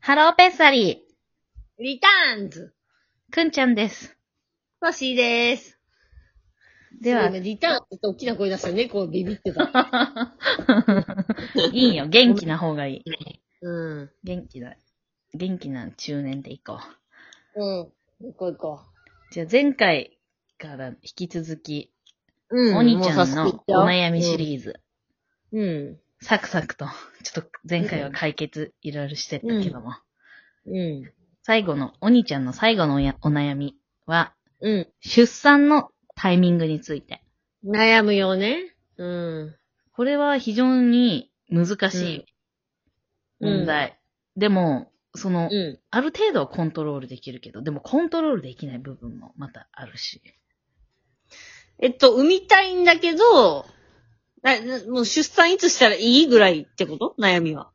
ハローペッサリリターンズー、くんちゃんです。トシーです。ではそうねリターンズって大きな声出したね、こうビビってた。いいよ、元気な方がいい。うん。元気だ。元気な中年でいこう。うん。こういこじゃあ前回から引き続き、う。うお兄ちゃんもうの早速行っちゃおおう悩みシリーズ、うん。サクサクと、ちょっと前回は解決いろいろしてたけども、うん。最後の、お兄ちゃんの最後のおやお悩みは、う出産のタイミングについて。ん。悩むよね。うん。これは非常に難しいうん問題。でも、その、うある程度はコントロールできるけど、でもコントロールできない部分もまたあるし。ん。えっと、産みたいんだけど、ななもう出産いつしたらいいぐらいってこと悩みは。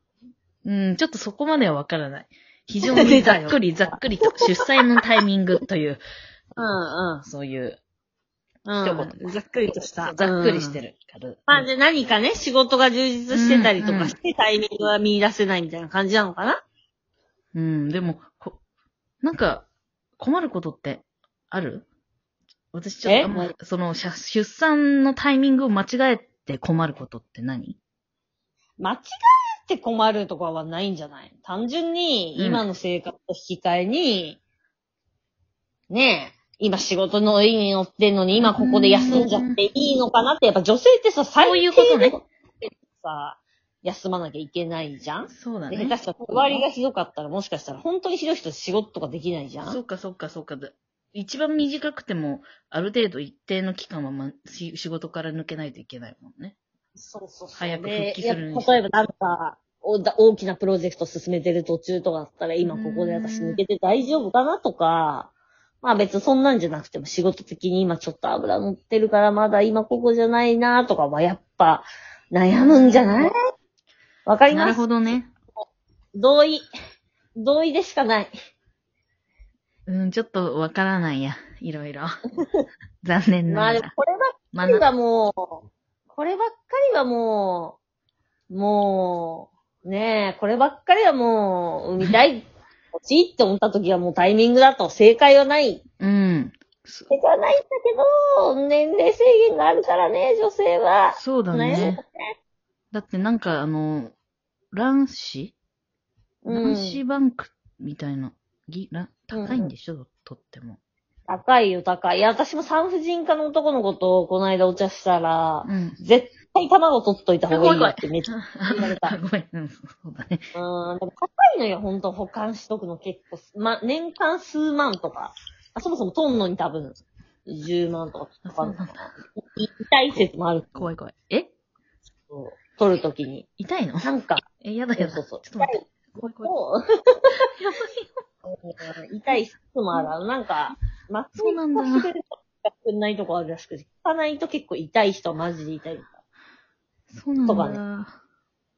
うん、ちょっとそこまではわからない。非常出にざたっよくりざっくりと、出産のタイミングという、うんうん。そういう、うん一。ざっくりとした。ざっくりしてる。るから。まあ、じゃあ何かね、仕事が充実してたりとかしてタイミングは見出せないみたいな感じなのかなうん、でも、こ、なんか、困ることってある私ちょっえとあんま、その、しゃ出産のタイミングを間違えて困ることって何間違えて困るとかはないんじゃない単純うんに、今の生活と引き換えに、ねえ、今仕事の上に乗ってんのに、今ここで休んじゃっていいのかなって、やっぱ女性ってさ、最そうい低うことねでもさ、休まなきゃいけないじゃんそうだでね。下手したら、割りがひどかったら、もしかしたら、本当にひどい人仕事とかできないじゃんそっかそっかそっか。だ一番短くても、ある程度一定の期間は、ま、し仕事から抜けないといけないもんね。そうそうそう。早くで復帰するにいや例えばなんか、おだ大きなプロジェクト進めてる途中とかだったら、今ここで私抜けて大丈夫かなとか、まあ別にそんなんじゃなくても仕事的に今ちょっと油乗ってるからまだ今ここじゃないなとかはやっぱ悩むんじゃないわかりなまるすほどね。同意。同意でしかない。うん、ちょっとわからないや。いろい ろ。残念まあながでもら。こればまっかりはもう、こればっかりはもう、もう、ねえ、こればっかりはもう、産みたい、欲しいって思った時はもうタイミングだと正解はない。うん。そ正解はないんだけど、年齢制限があるからね、女性は。そうだ悩むよね。だってなんかあの、卵子う卵ん。子バンクみたいな、ぎらうん高いんでしょ、とっても。高いよ、高い。いや、私も産婦人科の男の子とこの間お茶したら、うん。絶対卵取っといた方がいいよってめっちゃ言われたあ。 ごめん、うん、そうだね。うん、でも高いのよ、ほんと。保管しとくの結構す。ま、年間数万とか。あそもそもとんのに多分、10万とかあかかそうるなのんかだな。一体説もある怖い怖い。え取るときに。痛いのなんか、え、やだやだ。ちそょうっそうそうと待って。怖い怖い。こ、やばいう 痛い説もある。あのなんか、マスそうなんだしてくれるとかくんないとこあるらしくて、聞かないと結構痛い人はマジで痛いとか。そうなんだ。とか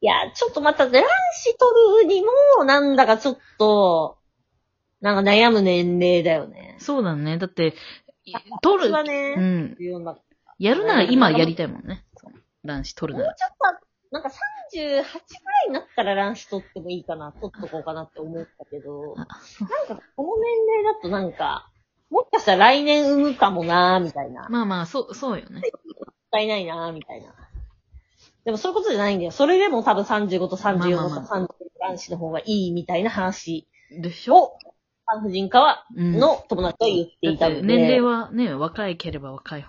いや、ちょっとまた、卵子取るにも、なんだかちょっと、なんか悩む年齢だよね。そうだね。だって、い取私はる、うね、ん。言うんだやるなら今やりたいもんね。卵子取るもうなら。ちょっと、なんか38くらいになったら卵子取ってもいいかな、取っとこうかなって思ったけど、なんあ、そう。かこの年齢だとなんか、もしかしたら来年産むかもなーみたいな、もっまあまあ、そう、そうよね。たいないなーみたいな。でもそういうことじゃないんだよ。それでも多分35と34まあまあと30卵子の方がいいみたいな話でしょを、産婦人科は、うん。だっの友達は言っていたのてで。年齢はね、若いければ若い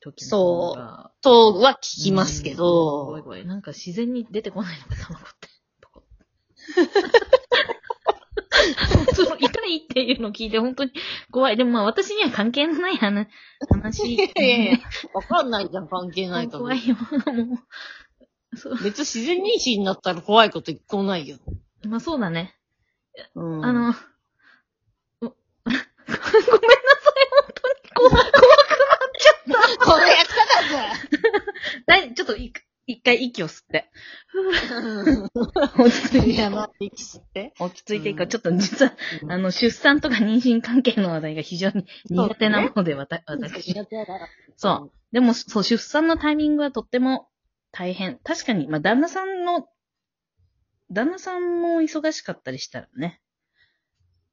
時の方が。とは聞きますけうん怖いど、怖い。なんか自然に出てこないのか、卵 って。その痛いっていうのを聞いて本当に怖い。でもまあ私には関係のない話。話いやいやいや、わかんないじゃん、関係ないと思う怖。いよ。もう。そう。別に自然妊娠になったら怖いこと一個もないよ。まあそうだね。うんあ、の、おごめんなさい、本当に怖怖くなっちゃっ。これやった大ちょっとい一回息を吸って。たぞ落ち着 いていや、。まあ、いきって。落ち着いていいか、うんちょっと実は、うんあの、出産とか妊娠関係の話題が非常に苦手なので、わた私。そう。でも、そう、出産のタイミングはとっても大変。確かに、まあ、旦那さんの旦那さんも忙しかったりしたらね。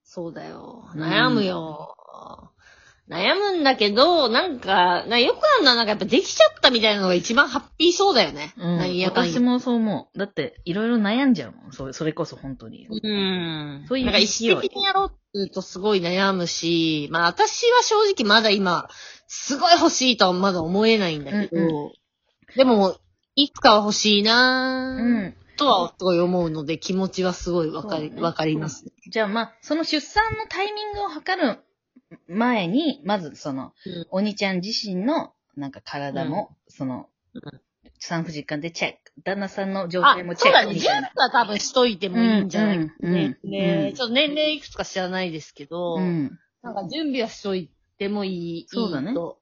そうだよ。悩むよ。悩むんだけど、なんか、なよくあるのはなんかやっぱできちゃったみたいなのが一番ハッピーそうだよね。うんなん。やかんや私。もそう思う。だって、いろいろ悩んじゃうもん。そそれこそ本当に。うん。そういうなんか意識的にやろうって言うとすごい悩むし、まあ私は正直まだ今、すごい欲しいとはまだ思えないんだけど、うんでも、いつかは欲しいなうぁ、ん。とはすごい思うので、気持ちはすごいわかり、そうねわかりますね。じゃあまあ、その出産のタイミングを測る前に、まずその、うんお兄ちゃん自身の、なんか体も、その、うん産婦人科でチェック。旦那さんの状あ態も、チェそうだックね。みジたいェな。は多分しといてもいいんじゃないかうんね。うんうねんちょっと年齢いくつか知らないですけど、うん。なんか準備はしといてもいい、そうだねいいと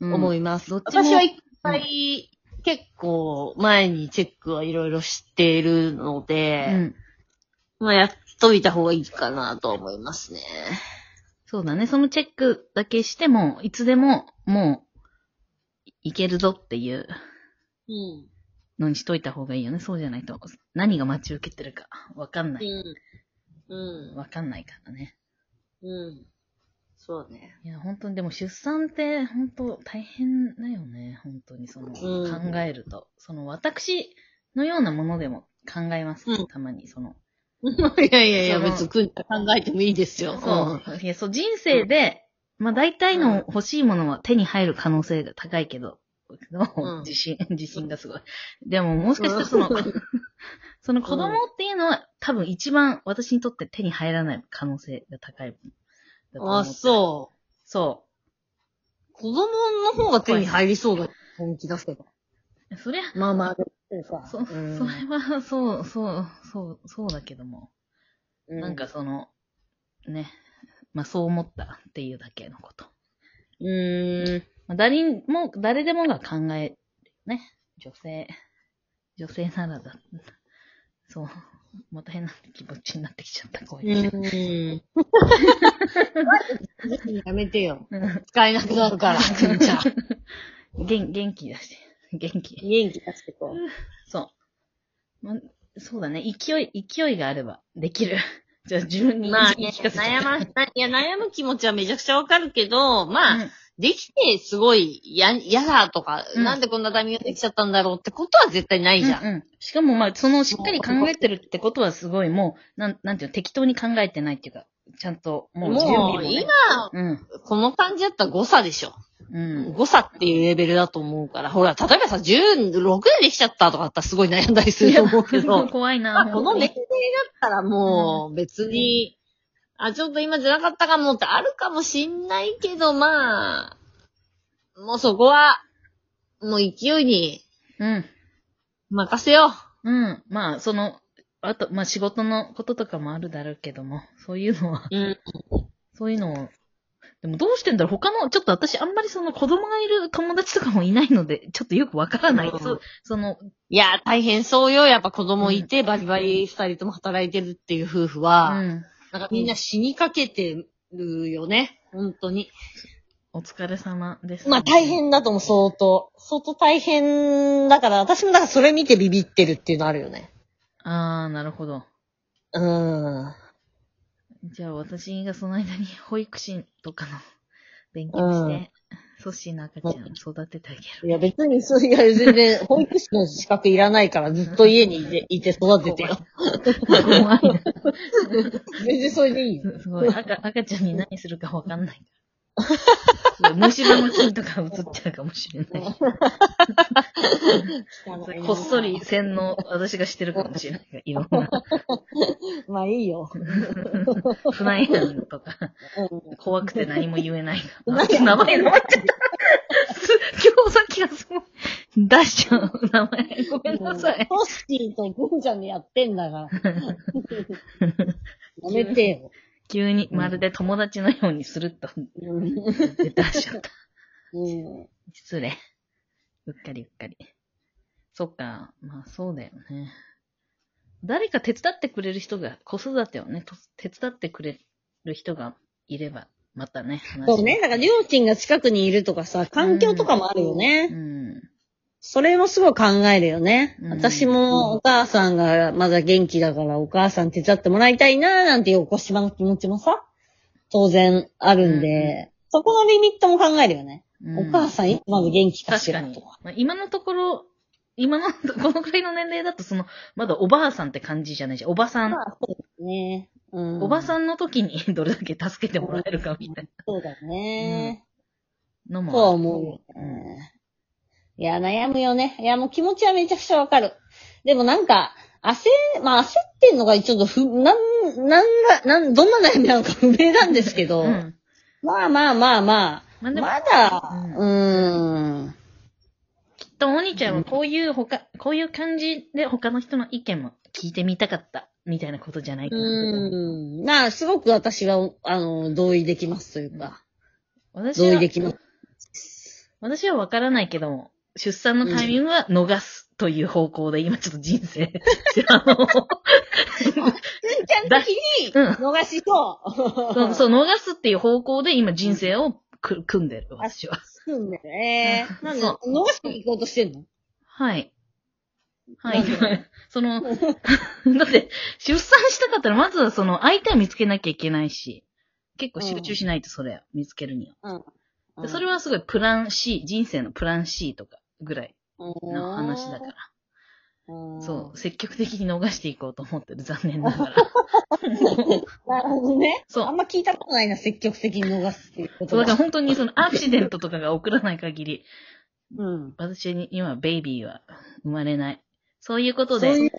うん思います。どっちも私は一回、結構前にチェックはいろいろしているのうで、ん。まあやっといた方がいいかなと思いますね。そうだね。そのチェックだけしても、いつでも、もう、いけるぞっていううん。のにしといた方がいいよね。そうじゃないと、何が待ち受けてるか、わかんない。うん。うわかんないからね。ん。うん。そうね。 いや、本当に、でも出産って、本当大変だよね。本当に、その、うん考えると。その、私のようなものでも考えます。うんたまに、その。いやいやいや、その別に考えてもいいですよ。そう。いや、そう、人生で、まあ、大体の欲しいものは手に入る可能性が高いけど、うん自信、 自信がすごい。でも、もしかしたらそ の、その子供っていうのは、多分一番私にとって手に入らない可能性が高いものだとう思ん。って。あ、そう。そう。子供の方が手に入りそうだ。本気出せば。そりゃ、まあまあ、でもそ、うそれは、 そう、そう、そう、そうだけども。うなんか、その、ね、まあそう思ったっていうだけのこと。うーん。まあ、誰にも、誰でもが考えるね。女性、女性ならだ。そう。また変な気持ちになってきちゃった、こうういう。ーん。やめてよ。うん使えなくな るから、くんちゃん。元元気だし、元気。元気出してこそう。まあ、そうだね。勢い、勢いがあれば、できる。 じゃあ自分にまあ、言い聞かせちゃった悩ま、いや、悩む気持ちはめちゃくちゃわかるけど、まあ、うんできてすごい、や、嫌だとか、うんなんでこんなタイミングでできちゃったんだろうってことは絶対ないじゃん。うんうん、しかもまあ、そのしっかり考えてるってことはすごいもう、なん、なんていうの、適当に考えてないっていうか、ちゃんと、もう準備もも、う、ね。今、うん。この感じだったら誤差でしょ。うん。誤差っていうレベルだと思うから、ほら、例えばさ、16でできちゃったとかだったらすごい悩んだりすると思うけいやど、怖いな。まあ、この年齢だったらもう別に、あ、ちょっと今じゃなかったかもってあるかもしんないけど、まあ、もうそこは、もう勢いにうん。任せようん。まあ、その、あと、まあ仕事のこととかもあるだろうけども、そういうのは、う。うん。そういうのを、でもどうしてんだろう他の、ちょっと私あんまりその子供がいる友達とかもいないので、ちょっとよくわからない。うんそその、いや、大変そうよ。やっぱ子供いて、バリバリ二人とも働いてるっていう夫婦うは、ん。なんかみんな死にかけてるよね。本当に。お疲れ様です。まあ大。変だと思う、相当。相当大変だから、私もだからそれ見てビビってるっていうのあるよね。あー、なるほど。うーん。じゃあ私がその間に 保育士とかの 勉強して、ソッシーの赤ちゃん育ててあげる。いや別に、そういや全然、保育士の資格いらないからずっと家にいて、いて育ててよ。怖い全然それでいいよ。な。すごい。赤赤ちゃんに何するかわかんない。す ごい虫歯の菌とか映っちゃうかもしれない。こっそり。洗脳、私がしてるかもしれない。いろんな。まあいいよ。不内犯とか、う怖くて何も言えないが。あ名前、名前ちゃった。す今日さっきがすごい。出しちゃう名前。ごめんなさい。ホッシーとゴンちゃんでやってんだ から。やめてよ。急に、まるで友達のようにするっとうん。 出しちゃった。うん失礼。うっかりうっかり。そっか、まあそうだよね。誰か手伝ってくれる人が、子育てをね、と手伝ってくれる人がいれば、またね、話がそうね。だから、両親が近くにいるとかさ、環境とかもあるよね。うん。それもすごい考えるよね。うん私もお母さんがまだ元気だからお母さん手伝ってもらいたいなーなんていうおこしまの気持ちもさ、当然あるんで、そこのリミットも考えるよね。うんお母さんいつまで元気かし確からにとか。。まあ今のところ、今の、 このくらいの年齢だと、その、まだおばあさんって感じじゃないし、おばさんま、あ、そうですね。うん、おばさん。んの時に どれだけ助けてもらえるかみたいそうだね。なのもあとる。は思うようんね。いや、悩むよね。いや、もう気持ちはめちゃくちゃわかる。でもなんか、焦、まあ焦ってんのがちょっとふ、なん、なんが、なん、どんな悩みなのか 不明なんですけど、うん。まあまあまあままああ、でも、まだ、ううーん、きっとお兄ちゃんはこういう他、こういう感じで他の人の意見も聞いてみたかった、みたいなことじゃないかな。うーん、まあすごく私は、あの、同意できますというか、私同意はで、きます。私はわからないけども、出産のタイミングは逃すという方向で、今ちょっと人 生、 あの、ちゃん的に、うん逃しそう。そう、そう、逃すっていう方向で今人生をく組んでる、私は。うんだよね。うんなんで、そ逃していこうとしてんのはい。はいなんで。 そ の、だって、出産したかったら、まずはその、相手を見つけなきゃいけないし、結構集中しないと、それ、見つけるには。でそれははすごいプラン C、人生のプラン C とかぐらいの話だから。らそう、積極的に逃していこうと思ってる、残念な がら。うん。 なるほどね。そうあんま聞いたことないな、積極的に逃すっていうことそう、だはから本当にその、アクシデントとかが起こらない限り、うん。私に今、ベイビーは生まれない。そういうことそうで、いう人、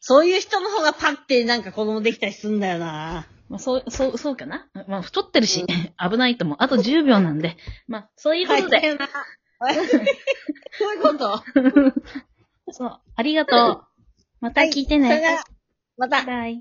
そういう人の方がパッてなんか子供できたりすんだよな。まあ、そう、そう、そうかなまあ、太ってるし、危ないと思う。あと10秒なんで。まあ、そういうこと大で。変 な。そういうこと。そう。ありがとう。また聞いてね。さよならまた。バイ。